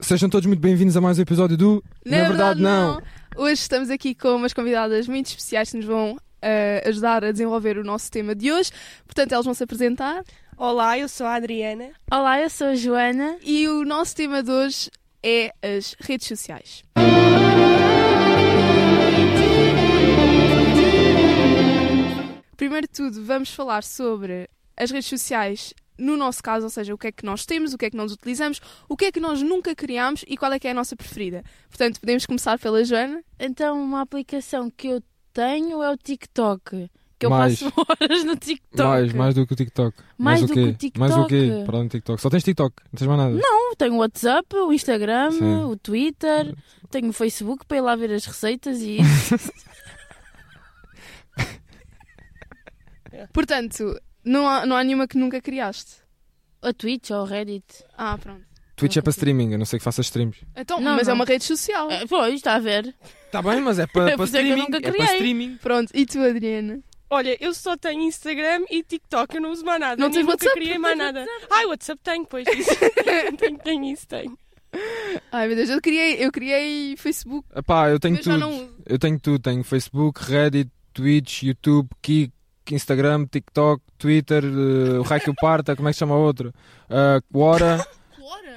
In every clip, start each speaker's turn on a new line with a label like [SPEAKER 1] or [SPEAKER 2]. [SPEAKER 1] Sejam todos muito bem-vindos a mais um episódio do. Na verdade, não.
[SPEAKER 2] Hoje estamos aqui com umas convidadas muito especiais que nos vão eh, ajudar a desenvolver o nosso tema de hoje. Portanto, elas vão se apresentar.
[SPEAKER 3] Olá, eu sou a Adriana.
[SPEAKER 4] Olá, eu sou a Joana.
[SPEAKER 2] E o nosso tema de hoje é as redes sociais. Primeiro de tudo, vamos falar sobre as redes sociais no nosso caso, ou seja, o que é que nós temos, o que é que nós utilizamos, o que é que nós nunca criámos e qual é que é a nossa preferida. Portanto, podemos começar pela Joana.
[SPEAKER 4] Então, uma aplicação que eu tenho é o TikTok. Que eu
[SPEAKER 1] Mais.
[SPEAKER 4] passo horas no TikTok.
[SPEAKER 1] Mais, mais do que o TikTok.
[SPEAKER 4] Mais do
[SPEAKER 1] o quê?
[SPEAKER 4] que o
[SPEAKER 1] Mais o quê?
[SPEAKER 4] TikTok.
[SPEAKER 1] Para além do TikTok. Só tens TikTok, não tens mais nada.
[SPEAKER 4] Eu tenho o WhatsApp, o Instagram,
[SPEAKER 1] Sim.
[SPEAKER 4] o Twitter, tenho o Facebook para ir lá ver as receitas e isso.
[SPEAKER 2] Portanto, não há, não há nenhuma que nunca criaste.
[SPEAKER 4] a Twitch ou o Reddit.
[SPEAKER 2] Ah, pronto.
[SPEAKER 1] Twitch é para streaming, eu não sei que faças streams.
[SPEAKER 2] Então,
[SPEAKER 4] Não,
[SPEAKER 2] mas é
[SPEAKER 4] não.
[SPEAKER 2] uma rede social.
[SPEAKER 4] Ah, Pois, está a ver.
[SPEAKER 1] Está bem, mas é
[SPEAKER 4] É
[SPEAKER 1] para,
[SPEAKER 4] por
[SPEAKER 1] para
[SPEAKER 4] isso é que eu
[SPEAKER 1] streaming.
[SPEAKER 4] nunca
[SPEAKER 1] É para
[SPEAKER 4] criei.
[SPEAKER 1] streaming.
[SPEAKER 2] Pronto, e tu, Adriana?
[SPEAKER 3] Olha, eu só tenho Instagram e TikTok, eu não uso mais nada.
[SPEAKER 2] Não
[SPEAKER 3] Nem
[SPEAKER 2] tens
[SPEAKER 3] nunca
[SPEAKER 2] WhatsApp?
[SPEAKER 3] criei mais nada. Ai, WhatsApp tenho, pois. Isso. tenho, tenho isso, tenho.
[SPEAKER 2] Ai meu Deus, eu criei, eu criei Facebook,
[SPEAKER 1] Epá, eu tenho
[SPEAKER 2] mas já
[SPEAKER 1] tudo.
[SPEAKER 2] não uso.
[SPEAKER 1] Eu tenho tudo. Tenho Facebook, Reddit, Twitch, YouTube, Kik, Instagram, TikTok, Twitter, eh, o Raquel Parta, como é que se chama o outro? Ah, Quora,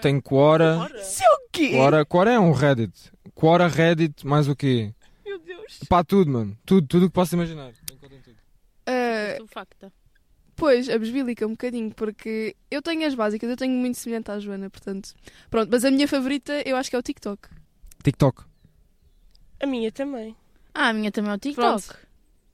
[SPEAKER 1] tenho Quora.
[SPEAKER 3] O quê?
[SPEAKER 1] Quora, Quora é um Reddit. Quora, Reddit, mais o quê?
[SPEAKER 3] Meu Deus.
[SPEAKER 1] Pá, tudo, mano. Tudo, tudo o que posso imaginar. Tenho conta em tudo.
[SPEAKER 2] Ah,
[SPEAKER 4] Isto facta.
[SPEAKER 2] pois, abesbílica um bocadinho, porque eu tenho as básicas, eu tenho muito semelhante à Joana, portanto. Pronto, mas a minha favorita eu acho que é o TikTok.
[SPEAKER 1] TikTok.
[SPEAKER 3] A minha também.
[SPEAKER 4] Ah, a minha também é o TikTok.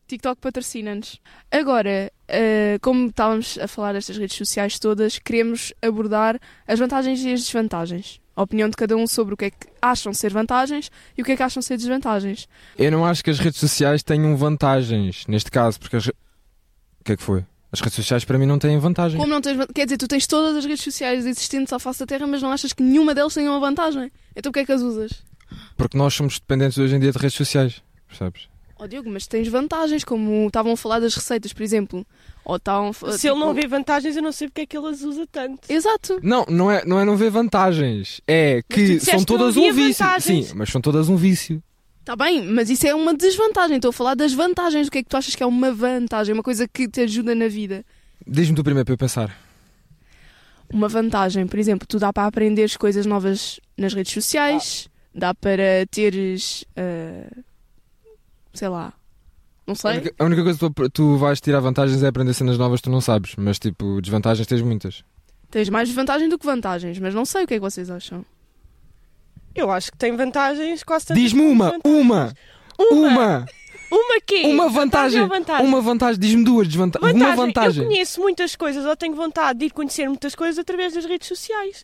[SPEAKER 2] TikTok patrocina-nos. Agora, ah, como estávamos a falar destas redes sociais todas, queremos abordar as vantagens e as desvantagens. A opinião de cada um sobre o que é que acham ser vantagens e o que é que acham ser desvantagens.
[SPEAKER 1] Eu não acho que as redes sociais tenham vantagens, neste caso, porque as. re- O que é que foi? As redes sociais para mim não têm vantagens.
[SPEAKER 2] Como não tens, van- quer dizer, tu tens todas as redes sociais existentes à face da Terra, mas não achas que nenhuma delas tenha uma vantagem? Então o que é que as usas?
[SPEAKER 1] Porque nós somos dependentes hoje em dia de redes sociais, percebes?
[SPEAKER 2] Ó Diogo, mas tens vantagens, como estavam a falar das receitas, por exemplo. Ou estavam. a fa-
[SPEAKER 3] Se ele não
[SPEAKER 2] tipo-
[SPEAKER 3] vê vantagens, eu não sei porque é que ele as usa tanto.
[SPEAKER 2] Exato.
[SPEAKER 1] Não, não é não, é não ver vantagens. É que
[SPEAKER 3] disseste
[SPEAKER 1] são todas
[SPEAKER 3] que não
[SPEAKER 1] um
[SPEAKER 3] havia
[SPEAKER 1] vício.
[SPEAKER 3] vantagens.
[SPEAKER 1] Sim, mas são todas um vício.
[SPEAKER 2] Está bem, mas isso é uma desvantagem. Estou a falar das vantagens. O que é que tu achas que é uma vantagem? Uma coisa que te ajuda na vida.
[SPEAKER 1] Diz-me tu primeiro para eu pensar.
[SPEAKER 2] Uma vantagem, por exemplo, tu dá para aprenderes coisas novas nas redes sociais, dá para teres. ah, sei lá. Não
[SPEAKER 1] A
[SPEAKER 2] sei.
[SPEAKER 1] única, a única coisa que tu- tu vais tirar vantagens é aprender cenas novas que tu não sabes, mas tipo, desvantagens tens muitas.
[SPEAKER 2] Tens mais vantagem do que vantagens, mas não sei o que é que vocês acham.
[SPEAKER 3] Eu acho que tem vantagens quase tantas
[SPEAKER 1] Diz-me
[SPEAKER 3] como
[SPEAKER 1] uma,
[SPEAKER 3] desvantagens.
[SPEAKER 1] uma, uma,
[SPEAKER 3] Uma quê?
[SPEAKER 1] uma vantagem.
[SPEAKER 3] ou vantagem?
[SPEAKER 1] Uma vantagem, diz-me duas desvantagens. Uma vantagem.
[SPEAKER 3] Eu conheço muitas coisas, ou tenho vontade de ir conhecer muitas coisas através das redes sociais.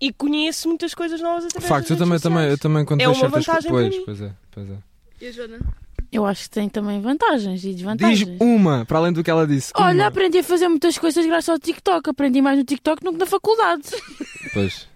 [SPEAKER 3] E conheço muitas coisas novas através
[SPEAKER 1] Facto, eu também,
[SPEAKER 3] das redes
[SPEAKER 1] também, eu
[SPEAKER 3] sociais.
[SPEAKER 1] também quando
[SPEAKER 3] É
[SPEAKER 1] vejo
[SPEAKER 3] uma
[SPEAKER 1] certas coisas.
[SPEAKER 3] vantagem para
[SPEAKER 1] Pois,
[SPEAKER 3] mim.
[SPEAKER 1] pois é, pois é.
[SPEAKER 2] E a Joana?
[SPEAKER 4] Eu acho que tem também vantagens e desvantagens.
[SPEAKER 1] Diz um. uma, para além do que ela disse.
[SPEAKER 4] Olha,
[SPEAKER 1] uma.
[SPEAKER 4] aprendi a fazer muitas coisas graças ao TikTok. Aprendi mais no TikTok do que na faculdade.
[SPEAKER 1] Pois.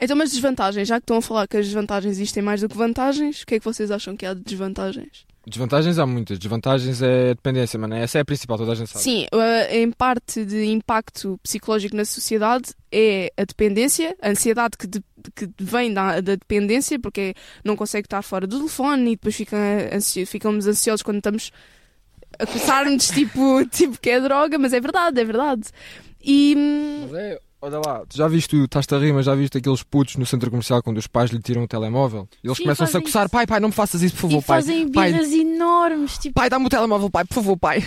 [SPEAKER 2] Então, mas desvantagens, já que estão a falar que as desvantagens existem mais do que vantagens, o que é que vocês acham que há de desvantagens?
[SPEAKER 1] Desvantagens há muitas. Desvantagens é a dependência, mano. Essa é a principal, toda a gente sabe.
[SPEAKER 2] Sim, eh, em parte de impacto psicológico na sociedade é a dependência, a ansiedade que, de- que vem da, da dependência, porque não consegue estar fora do telefone e depois fica ansio- ficamos ansiosos quando estamos a coçar-nos, tipo, tipo que é droga, mas é verdade, é verdade. E. hum,
[SPEAKER 1] Mas é, olha lá, tu já viste, tu estás-te a rir, mas já viste aqueles putos no centro comercial quando os pais lhe tiram o telemóvel? E eles
[SPEAKER 4] Sim,
[SPEAKER 1] começam-se a
[SPEAKER 4] fazem
[SPEAKER 1] coçar.
[SPEAKER 4] isso.
[SPEAKER 1] Pai, pai, não me faças isso, por favor,
[SPEAKER 4] e
[SPEAKER 1] pai.
[SPEAKER 4] fazem
[SPEAKER 1] pai.
[SPEAKER 4] birras enormes, tipo.
[SPEAKER 1] Pai, dá-me o telemóvel, pai, por favor, pai.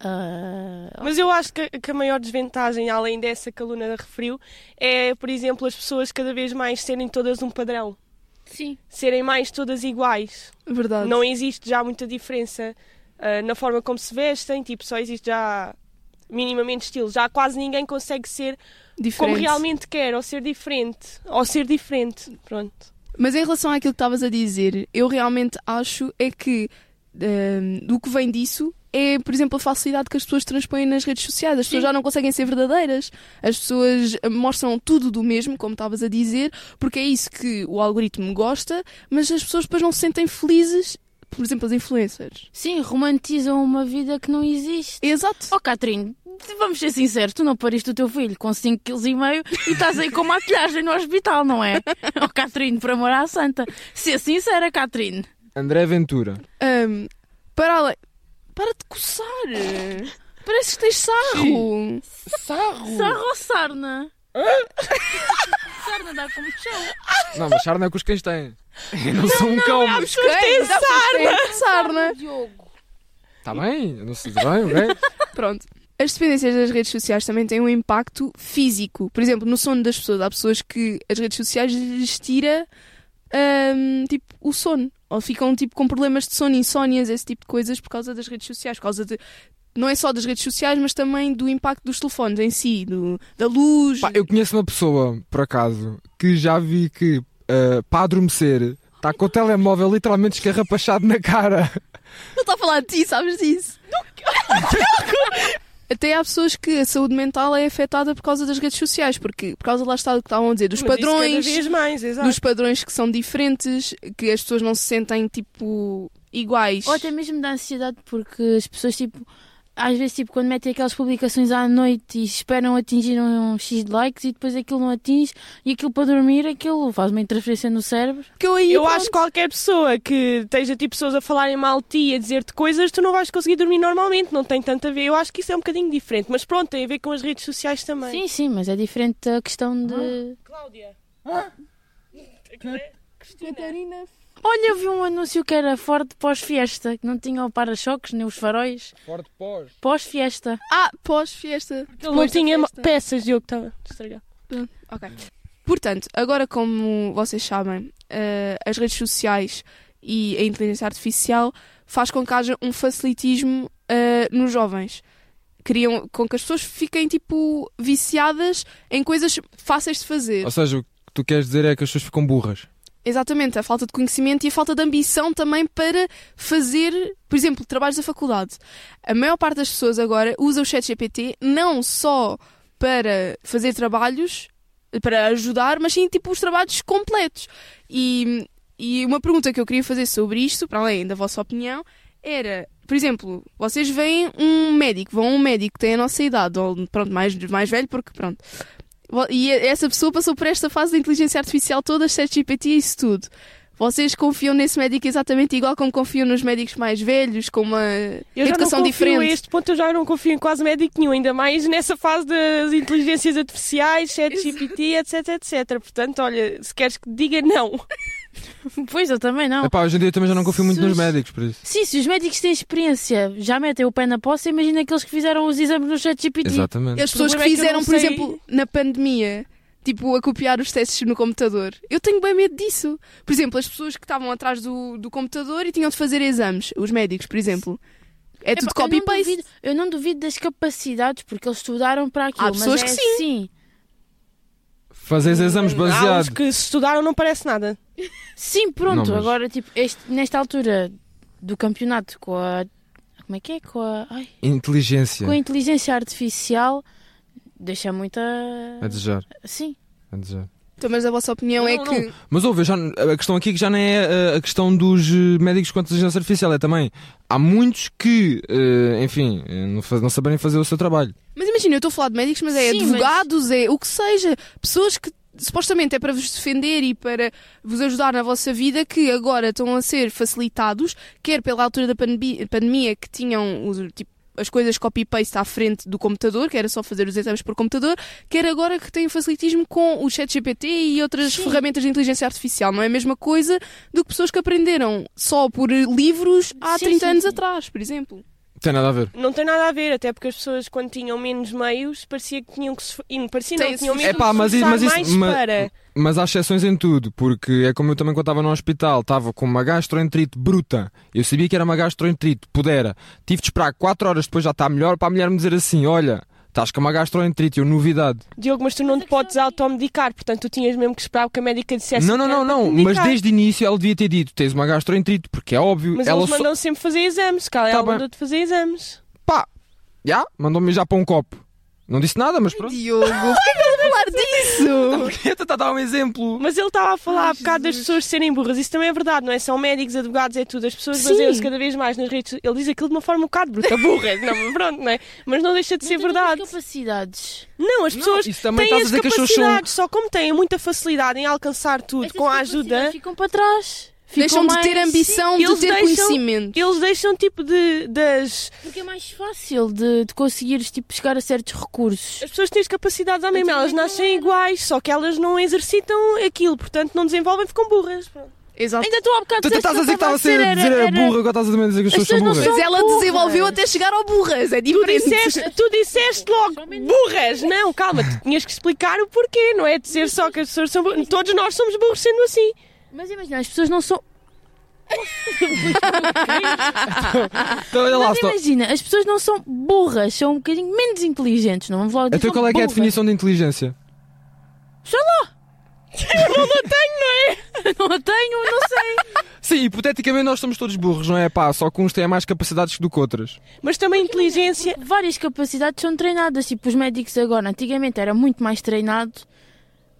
[SPEAKER 4] ah,
[SPEAKER 3] Mas eu acho que, que a maior desvantagem, além dessa que a Luna referiu, é, por exemplo, as pessoas cada vez mais serem todas um padrão.
[SPEAKER 4] sim.
[SPEAKER 3] Serem mais todas iguais.
[SPEAKER 2] Verdade.
[SPEAKER 3] Não é- existe já muita diferença ah, na forma como se vestem, tipo, só existe já minimamente estilo. Já quase ninguém consegue ser
[SPEAKER 2] Diferente.
[SPEAKER 3] como realmente quer, ou ser diferente, ou ser diferente. Pronto.
[SPEAKER 2] Mas em relação àquilo que estavas a dizer, eu realmente acho é que hum, o que vem disso é, por exemplo, a facilidade que as pessoas transpõem nas redes sociais. As pessoas já não conseguem ser verdadeiras. As pessoas hum, mostram tudo do mesmo, como estavas a dizer, porque é isso que o algoritmo gosta, mas as pessoas depois não se sentem felizes por exemplo, as influencers.
[SPEAKER 4] Sim, romantizam uma vida que não existe.
[SPEAKER 2] Exato.
[SPEAKER 4] Oh, Catherine, vamos ser sinceros, tu não pariste o teu filho com 5,5 kg e estás aí com maquilhagem no hospital, não é? Oh, Catherine, por amor à santa. Ser sincera, Catherine.
[SPEAKER 1] André Ventura.
[SPEAKER 2] Ahm, Hum, para além. Para de coçar! Parece que tens sarro!
[SPEAKER 1] Sarro!
[SPEAKER 4] Sarro ou sarna? é? sarna dá como chão.
[SPEAKER 1] Não, mas sarna é o que os cães têm. Eu não, sou um cão, mas.
[SPEAKER 2] Mas tem sarna! sarna!
[SPEAKER 4] Diogo.
[SPEAKER 1] Está Tá bem, eu não sei bem, ok?
[SPEAKER 2] Pronto. As dependências das redes sociais também têm um impacto físico. Por exemplo, no sono das pessoas. Há pessoas que as redes sociais lhes tira ahm, tipo, o sono. Ou ficam tipo, com problemas de sono, insónias, esse tipo de coisas por causa das redes sociais. Por causa de... Não é só das redes sociais, mas também do impacto dos telefones em si, do- da luz.
[SPEAKER 1] Pá, eu conheço uma pessoa, por acaso, que já vi que ah, para adormecer está com o telemóvel literalmente escarrapachado na cara.
[SPEAKER 2] Não estou a falar de ti, sabes disso. Até há pessoas que a saúde mental é afetada por causa das redes sociais, porque por causa lá está o que estavam a dizer, dos
[SPEAKER 3] Mas isso
[SPEAKER 2] padrões,
[SPEAKER 3] Cada vez mais, exato.
[SPEAKER 2] dos padrões que são diferentes, que as pessoas não se sentem tipo iguais.
[SPEAKER 4] Ou até mesmo da ansiedade, porque as pessoas, tipo, às vezes, tipo, quando metem aquelas publicações à noite e esperam atingir um X de likes e depois aquilo não atinge e aquilo para dormir, aquilo faz uma interferência no cérebro.
[SPEAKER 2] que eu aí,
[SPEAKER 3] Eu
[SPEAKER 2] pronto,
[SPEAKER 3] acho que qualquer pessoa que esteja tipo pessoas a falarem mal de ti, a dizer-te coisas, tu não vais conseguir dormir normalmente, não tem tanto a ver. Eu acho que isso é um bocadinho diferente, mas pronto, tem a ver com as redes sociais também.
[SPEAKER 4] Sim, sim, mas é diferente da questão de.
[SPEAKER 2] Ah.
[SPEAKER 3] Cláudia.
[SPEAKER 2] Catarina.
[SPEAKER 4] Olha, eu vi um anúncio que era Ford pós-fiesta, que não tinha o para-choques nem os faróis.
[SPEAKER 1] Forte pós.
[SPEAKER 4] Pós-fiesta.
[SPEAKER 2] Ah, pós-fiesta.
[SPEAKER 3] Ele não
[SPEAKER 2] Depois da
[SPEAKER 3] tinha
[SPEAKER 2] festa.
[SPEAKER 3] peças, Diogo, estava estragado.
[SPEAKER 2] Ok. Portanto, agora como vocês sabem, eh, as redes sociais e a inteligência artificial faz com que haja um facilitismo eh, nos jovens. Criam com que as pessoas fiquem tipo viciadas em coisas fáceis de fazer.
[SPEAKER 1] Ou seja, o que tu queres dizer é que as pessoas ficam burras.
[SPEAKER 2] Exatamente, a falta de conhecimento e a falta de ambição também para fazer, por exemplo, trabalhos da faculdade. A maior parte das pessoas agora usa o ChatGPT não só para fazer trabalhos, para ajudar, mas sim tipo os trabalhos completos. E, e uma pergunta que eu queria fazer sobre isto, para além da vossa opinião, era, por exemplo, vocês veem um médico, vão a um médico que tem a nossa idade, ou pronto, mais, mais velho, porque pronto. Vo- E essa pessoa passou por esta fase da inteligência artificial toda, ChatGPT e isso tudo. Vocês confiam nesse médico exatamente igual como confiam nos médicos mais velhos, com uma
[SPEAKER 3] Eu já
[SPEAKER 2] educação
[SPEAKER 3] não confio
[SPEAKER 2] diferente?
[SPEAKER 3] A este ponto eu já não confio em quase médico nenhum, ainda mais nessa fase das inteligências artificiais, ChatGPT, etc, etc. Portanto, olha, se queres que te diga não.
[SPEAKER 4] Pois eu também não.
[SPEAKER 1] Epá, hoje em dia também já não confio muito nos
[SPEAKER 4] Sus-
[SPEAKER 1] médicos, por isso.
[SPEAKER 4] Sim, se os médicos têm experiência, já metem o pé na poça, imagina aqueles que fizeram os exames no chat GPT.
[SPEAKER 1] Exatamente.
[SPEAKER 2] As pessoas que
[SPEAKER 3] problema é que
[SPEAKER 2] fizeram,
[SPEAKER 3] eu não
[SPEAKER 2] por
[SPEAKER 3] sei-
[SPEAKER 2] exemplo, na pandemia, tipo, a copiar os testes no computador. Eu tenho bem medo disso. Por exemplo, as pessoas que estavam atrás do, do computador e tinham de fazer exames, os médicos, por exemplo. É tudo
[SPEAKER 4] Epá, eu não
[SPEAKER 2] copy-paste.
[SPEAKER 4] duvido- Eu não duvido das capacidades, porque eles estudaram para aquilo.
[SPEAKER 2] Há pessoas
[SPEAKER 4] mas
[SPEAKER 2] que
[SPEAKER 4] é
[SPEAKER 2] sim.
[SPEAKER 4] Sim,
[SPEAKER 1] Fazes exames
[SPEAKER 3] Há uns
[SPEAKER 1] baseado.
[SPEAKER 3] que se estudaram não parece nada.
[SPEAKER 4] Sim, pronto.
[SPEAKER 1] Não, mas-
[SPEAKER 4] Agora, tipo, este- nesta altura do campeonato, com a. Como é que é? Com a. ai,
[SPEAKER 1] Inteligência.
[SPEAKER 4] com a inteligência artificial, deixa muita.
[SPEAKER 1] A desejar.
[SPEAKER 4] Sim.
[SPEAKER 1] A desejar.
[SPEAKER 2] Então, mas a vossa opinião é
[SPEAKER 1] Não,
[SPEAKER 2] que.
[SPEAKER 1] Mas ouve, eu já, a questão aqui que já nem é uh, a questão dos uh, médicos com inteligência artificial, é também. Há muitos que, uh, enfim, uh, não, faz- não saberem fazer o seu trabalho.
[SPEAKER 2] Mas imagina, eu estou a falar de médicos, mas é
[SPEAKER 4] Sim, mas-
[SPEAKER 2] advogados, é o que seja, pessoas que supostamente é para vos defender e para vos ajudar na vossa vida que agora estão a ser facilitados, quer pela altura da pandemi- pandemia que tinham os, tipo, as coisas copy-paste à frente do computador, que era só fazer os exames por computador, quer agora que têm facilitismo com o ChatGPT e outras
[SPEAKER 4] Sim.
[SPEAKER 2] ferramentas de inteligência artificial. Não é a mesma coisa do que pessoas que aprenderam só por livros há
[SPEAKER 4] Sim,
[SPEAKER 2] 30
[SPEAKER 4] sim,
[SPEAKER 2] anos
[SPEAKER 4] sim.
[SPEAKER 2] atrás, por exemplo.
[SPEAKER 1] Tem nada a ver.
[SPEAKER 3] Não tem nada a ver, até porque as pessoas quando tinham menos meios parecia que tinham que se... e não, parecia não,
[SPEAKER 2] Tem-se
[SPEAKER 3] tinham mesmo
[SPEAKER 2] É
[SPEAKER 3] que
[SPEAKER 1] pá,
[SPEAKER 3] se
[SPEAKER 1] mas i-
[SPEAKER 3] esforçar
[SPEAKER 1] mas isso-
[SPEAKER 3] mais
[SPEAKER 1] mas-
[SPEAKER 3] para...
[SPEAKER 1] Mas há exceções em tudo, porque é como eu também quando estava no hospital, estava com uma gastroenterite bruta. Eu sabia que era uma gastroenterite, pudera. Tive de esperar 4 horas depois já está melhor para a mulher me dizer assim: olha, estás com uma gastroenterite, eu novidade.
[SPEAKER 3] Diogo, mas tu não te podes automedicar, portanto tu tinhas mesmo que esperar que a médica dissesse
[SPEAKER 1] não,
[SPEAKER 3] que
[SPEAKER 1] não,
[SPEAKER 3] era
[SPEAKER 1] não,
[SPEAKER 3] para te
[SPEAKER 1] não, mas
[SPEAKER 3] medicar.
[SPEAKER 1] desde o início ela devia ter dito: tens uma gastroenterite, porque é óbvio.
[SPEAKER 3] Mas
[SPEAKER 1] ela
[SPEAKER 3] eles
[SPEAKER 1] só. Tá
[SPEAKER 3] mandam sempre fazer exames, cara, ela
[SPEAKER 1] bem.
[SPEAKER 3] mandou-te fazer exames.
[SPEAKER 1] Pá, já, mandou-me já para um copo. Não disse nada, mas pronto.
[SPEAKER 2] Diogo, por que é que estás a falar disso!
[SPEAKER 1] Queria tentar dar um exemplo.
[SPEAKER 3] Mas ele estava a falar
[SPEAKER 2] Ai,
[SPEAKER 3] há bocado das
[SPEAKER 2] Jesus.
[SPEAKER 3] pessoas serem burras. Isso também é verdade, não é? São médicos, advogados, é tudo. As pessoas
[SPEAKER 4] Sim.
[SPEAKER 3] baseiam-se cada vez mais nas redes. Ele diz aquilo de uma forma um bocado bruta, burra. não, mas pronto, não é? Mas não deixa de ser verdade.
[SPEAKER 4] então, capacidades.
[SPEAKER 3] Não, as
[SPEAKER 1] Não,
[SPEAKER 3] pessoas
[SPEAKER 1] isso também
[SPEAKER 3] têm
[SPEAKER 1] estás a
[SPEAKER 3] as
[SPEAKER 1] dizer que as pessoas são-
[SPEAKER 3] capacidades. Só como têm muita facilidade em alcançar tudo
[SPEAKER 4] Essas
[SPEAKER 3] com a
[SPEAKER 4] capacidades
[SPEAKER 3] ajuda,
[SPEAKER 4] Ficam para trás.
[SPEAKER 2] Deixam
[SPEAKER 4] Ficam
[SPEAKER 2] de ter
[SPEAKER 4] mais-
[SPEAKER 2] ambição,
[SPEAKER 3] Sim,
[SPEAKER 2] de
[SPEAKER 3] eles
[SPEAKER 2] ter
[SPEAKER 3] deixam-
[SPEAKER 2] conhecimento.
[SPEAKER 3] eles deixam tipo de. das.
[SPEAKER 4] Sim, porque é mais fácil de, de conseguires tipo, chegar a certos recursos.
[SPEAKER 3] As pessoas têm as capacidades à mesma, elas
[SPEAKER 4] Antigamente não
[SPEAKER 3] nascem
[SPEAKER 4] era.
[SPEAKER 3] iguais, só que elas não exercitam aquilo, portanto não desenvolvem, ficam burras. Pronto.
[SPEAKER 2] Exato.
[SPEAKER 3] então
[SPEAKER 4] Ainda tu há bocado
[SPEAKER 1] Tu Então, estás a dizer que estava a ser
[SPEAKER 4] era-
[SPEAKER 1] dizer
[SPEAKER 4] era-
[SPEAKER 1] era burra, agora estás a dizer que as
[SPEAKER 4] As
[SPEAKER 1] pessoas são
[SPEAKER 4] pessoas não
[SPEAKER 1] burras.
[SPEAKER 4] são-
[SPEAKER 2] Mas ela
[SPEAKER 4] burras.
[SPEAKER 2] desenvolveu até chegar ao burras, é
[SPEAKER 3] Tu
[SPEAKER 2] diferente.
[SPEAKER 3] disseste, tu disseste logo
[SPEAKER 4] Somente-
[SPEAKER 3] burras! Não, calma, tu tinhas que explicar o porquê, não é dizer só que as pessoas são burras. Todos nós somos burros sendo assim.
[SPEAKER 4] Mas imagina, as pessoas não são.
[SPEAKER 1] Então olha lá,
[SPEAKER 4] Mas
[SPEAKER 1] só.
[SPEAKER 4] imagina, as pessoas não são burras, são um bocadinho menos inteligentes, não vamos logo dizer.
[SPEAKER 1] Então
[SPEAKER 4] são
[SPEAKER 1] qual é que é a
[SPEAKER 4] burras.
[SPEAKER 1] definição de inteligência?
[SPEAKER 4] Não tenho, não sei.
[SPEAKER 1] Sim, hipoteticamente nós somos todos burros, não é? Pá, só que uns têm mais capacidades do que outras.
[SPEAKER 3] Mas também a inteligência.
[SPEAKER 4] Várias capacidades são treinadas, tipo os médicos agora. Antigamente era muito mais treinado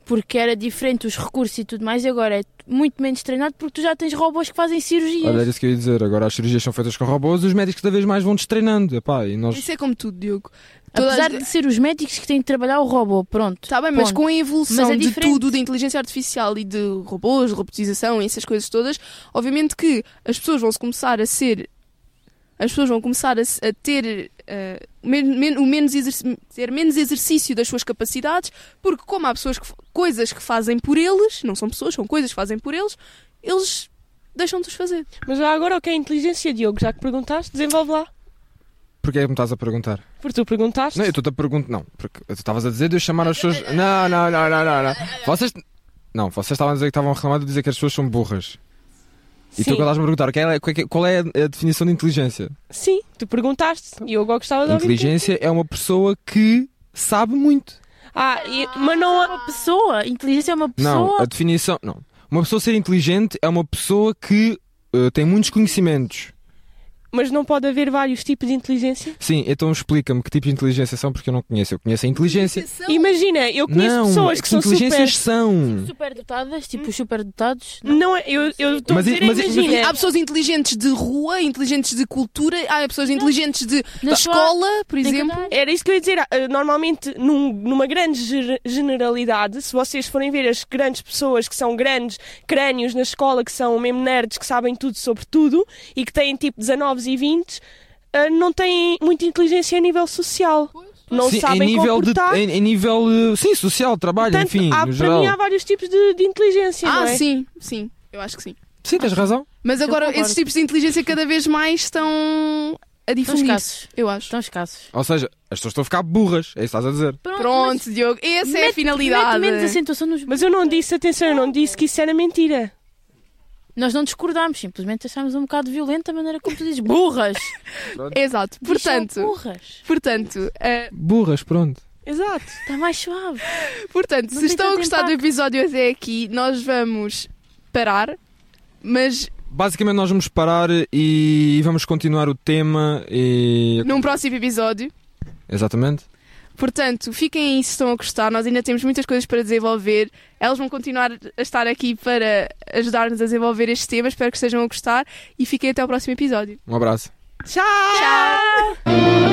[SPEAKER 4] porque era diferente os recursos e tudo mais. Agora é muito menos treinado porque tu já tens robôs que fazem cirurgias.
[SPEAKER 1] Olha, era isso que eu ia dizer. Agora as cirurgias são feitas com robôs e os médicos cada vez mais vão destreinando. Epá, e nós...
[SPEAKER 2] Isso é como tudo, Diogo. Todas
[SPEAKER 4] Apesar de ser os médicos que têm de trabalhar o robô, pronto.
[SPEAKER 2] Está Tá bem, mas
[SPEAKER 4] Ponto.
[SPEAKER 2] com a evolução
[SPEAKER 4] Mas é
[SPEAKER 2] de
[SPEAKER 4] diferente.
[SPEAKER 2] tudo, da inteligência artificial e de robôs, robotização e essas coisas todas, obviamente que as pessoas vão se começar a ser. As pessoas vão começar a, se- a ter. eh, men- men- o menos exerc- ter menos exercício das suas capacidades, porque, como há pessoas que, f- coisas que fazem por eles, não são pessoas, são coisas que fazem por eles, eles deixam de os fazer.
[SPEAKER 3] Mas já agora o que é a inteligência, Diogo? Já que perguntaste, desenvolve lá.
[SPEAKER 1] Porquê é que me estás a perguntar?
[SPEAKER 3] Porque tu perguntaste.
[SPEAKER 1] Não, eu estou-te a perguntar. Não, porque tu estavas a dizer de eu chamar as pessoas. Não, não, não, não, não. não. Vocês. Não, vocês estavam a dizer que estavam a reclamar de dizer que as pessoas são burras. E tu
[SPEAKER 3] Sim.
[SPEAKER 1] que estás a perguntar qual é, qual é que- qual é a definição de inteligência?
[SPEAKER 3] Sim, tu perguntaste. E eu agora gostava de ouvir.
[SPEAKER 1] Inteligência é uma pessoa que sabe muito.
[SPEAKER 3] Ah, e- mas não há.
[SPEAKER 4] Uma pessoa, inteligência é uma pessoa.
[SPEAKER 1] Não, a definição. Não. Uma pessoa ser inteligente é uma pessoa que eh, tem muitos conhecimentos.
[SPEAKER 3] Mas não pode haver vários tipos de inteligência?
[SPEAKER 1] Sim, então explica-me que tipo de inteligência são, porque eu não conheço. Eu conheço a inteligência.
[SPEAKER 3] Imagina, eu conheço
[SPEAKER 1] não, é
[SPEAKER 3] pessoas que são super.
[SPEAKER 1] inteligências são.
[SPEAKER 4] Superdotadas, tipo os superdotados.
[SPEAKER 3] Não, é- eu eu estou a
[SPEAKER 1] Mas i-
[SPEAKER 3] dizer,
[SPEAKER 1] mas i- mas
[SPEAKER 3] imagina.
[SPEAKER 2] Há pessoas inteligentes de rua, inteligentes de cultura, há pessoas inteligentes de,
[SPEAKER 4] Na
[SPEAKER 2] da
[SPEAKER 4] sua-
[SPEAKER 2] escola, por exemplo.
[SPEAKER 3] Era isso que eu ia dizer. Ah, Normalmente, num- numa grande ger- generalidade, se vocês forem ver as grandes pessoas que são grandes crânios na escola, que são mesmo nerds, que sabem tudo sobre tudo e que têm tipo 19 e 20, ah, não têm muita inteligência a nível social. Não
[SPEAKER 1] sim,
[SPEAKER 3] sabem
[SPEAKER 1] em nível de-
[SPEAKER 3] comportar.
[SPEAKER 1] em, em nível eh, sim social trabalho
[SPEAKER 3] Portanto,
[SPEAKER 1] enfim
[SPEAKER 3] há-
[SPEAKER 1] no
[SPEAKER 3] para
[SPEAKER 1] geral
[SPEAKER 3] mim há vários tipos de, de inteligência,
[SPEAKER 2] Ah,
[SPEAKER 3] não é?
[SPEAKER 2] sim, sim, eu acho que sim.
[SPEAKER 1] sim tens razão
[SPEAKER 2] Mas agora
[SPEAKER 4] concordo.
[SPEAKER 2] esses tipos de inteligência cada vez mais estão a
[SPEAKER 4] Estão
[SPEAKER 2] difundir-se,
[SPEAKER 4] escassos.
[SPEAKER 2] eu acho.
[SPEAKER 4] Estão escassos.
[SPEAKER 1] ou seja as pessoas estão a ficar burras é isso que estás a dizer
[SPEAKER 2] Pronto, Diogo, essa é a finalidade.
[SPEAKER 4] Mete menos assim. acentuação nos...
[SPEAKER 3] Mas eu não disse, atenção, eu não disse que isso era mentira.
[SPEAKER 4] Nós não discordámos, simplesmente achámos um bocado violenta a maneira como tu dizes burras.
[SPEAKER 2] Exato,
[SPEAKER 4] Diz só
[SPEAKER 2] portanto,
[SPEAKER 4] Burras.
[SPEAKER 2] portanto, ah,
[SPEAKER 1] burras pronto
[SPEAKER 3] Exato.
[SPEAKER 4] Está mais suave.
[SPEAKER 2] portanto se
[SPEAKER 4] Não tem
[SPEAKER 2] estão a
[SPEAKER 4] tanto
[SPEAKER 2] gostar do
[SPEAKER 4] impacto.
[SPEAKER 2] episódio até aqui, nós vamos parar, mas
[SPEAKER 1] basicamente nós vamos parar e vamos continuar o tema e
[SPEAKER 2] num próximo episódio.
[SPEAKER 1] exatamente
[SPEAKER 2] Portanto, fiquem aí se estão a gostar, nós ainda temos muitas coisas para desenvolver. Elas vão continuar a estar aqui para ajudar-nos a desenvolver este tema. Espero que estejam a gostar e fiquem até ao próximo episódio.
[SPEAKER 1] um abraço
[SPEAKER 4] Ah,
[SPEAKER 3] Tchau!
[SPEAKER 2] Tchau!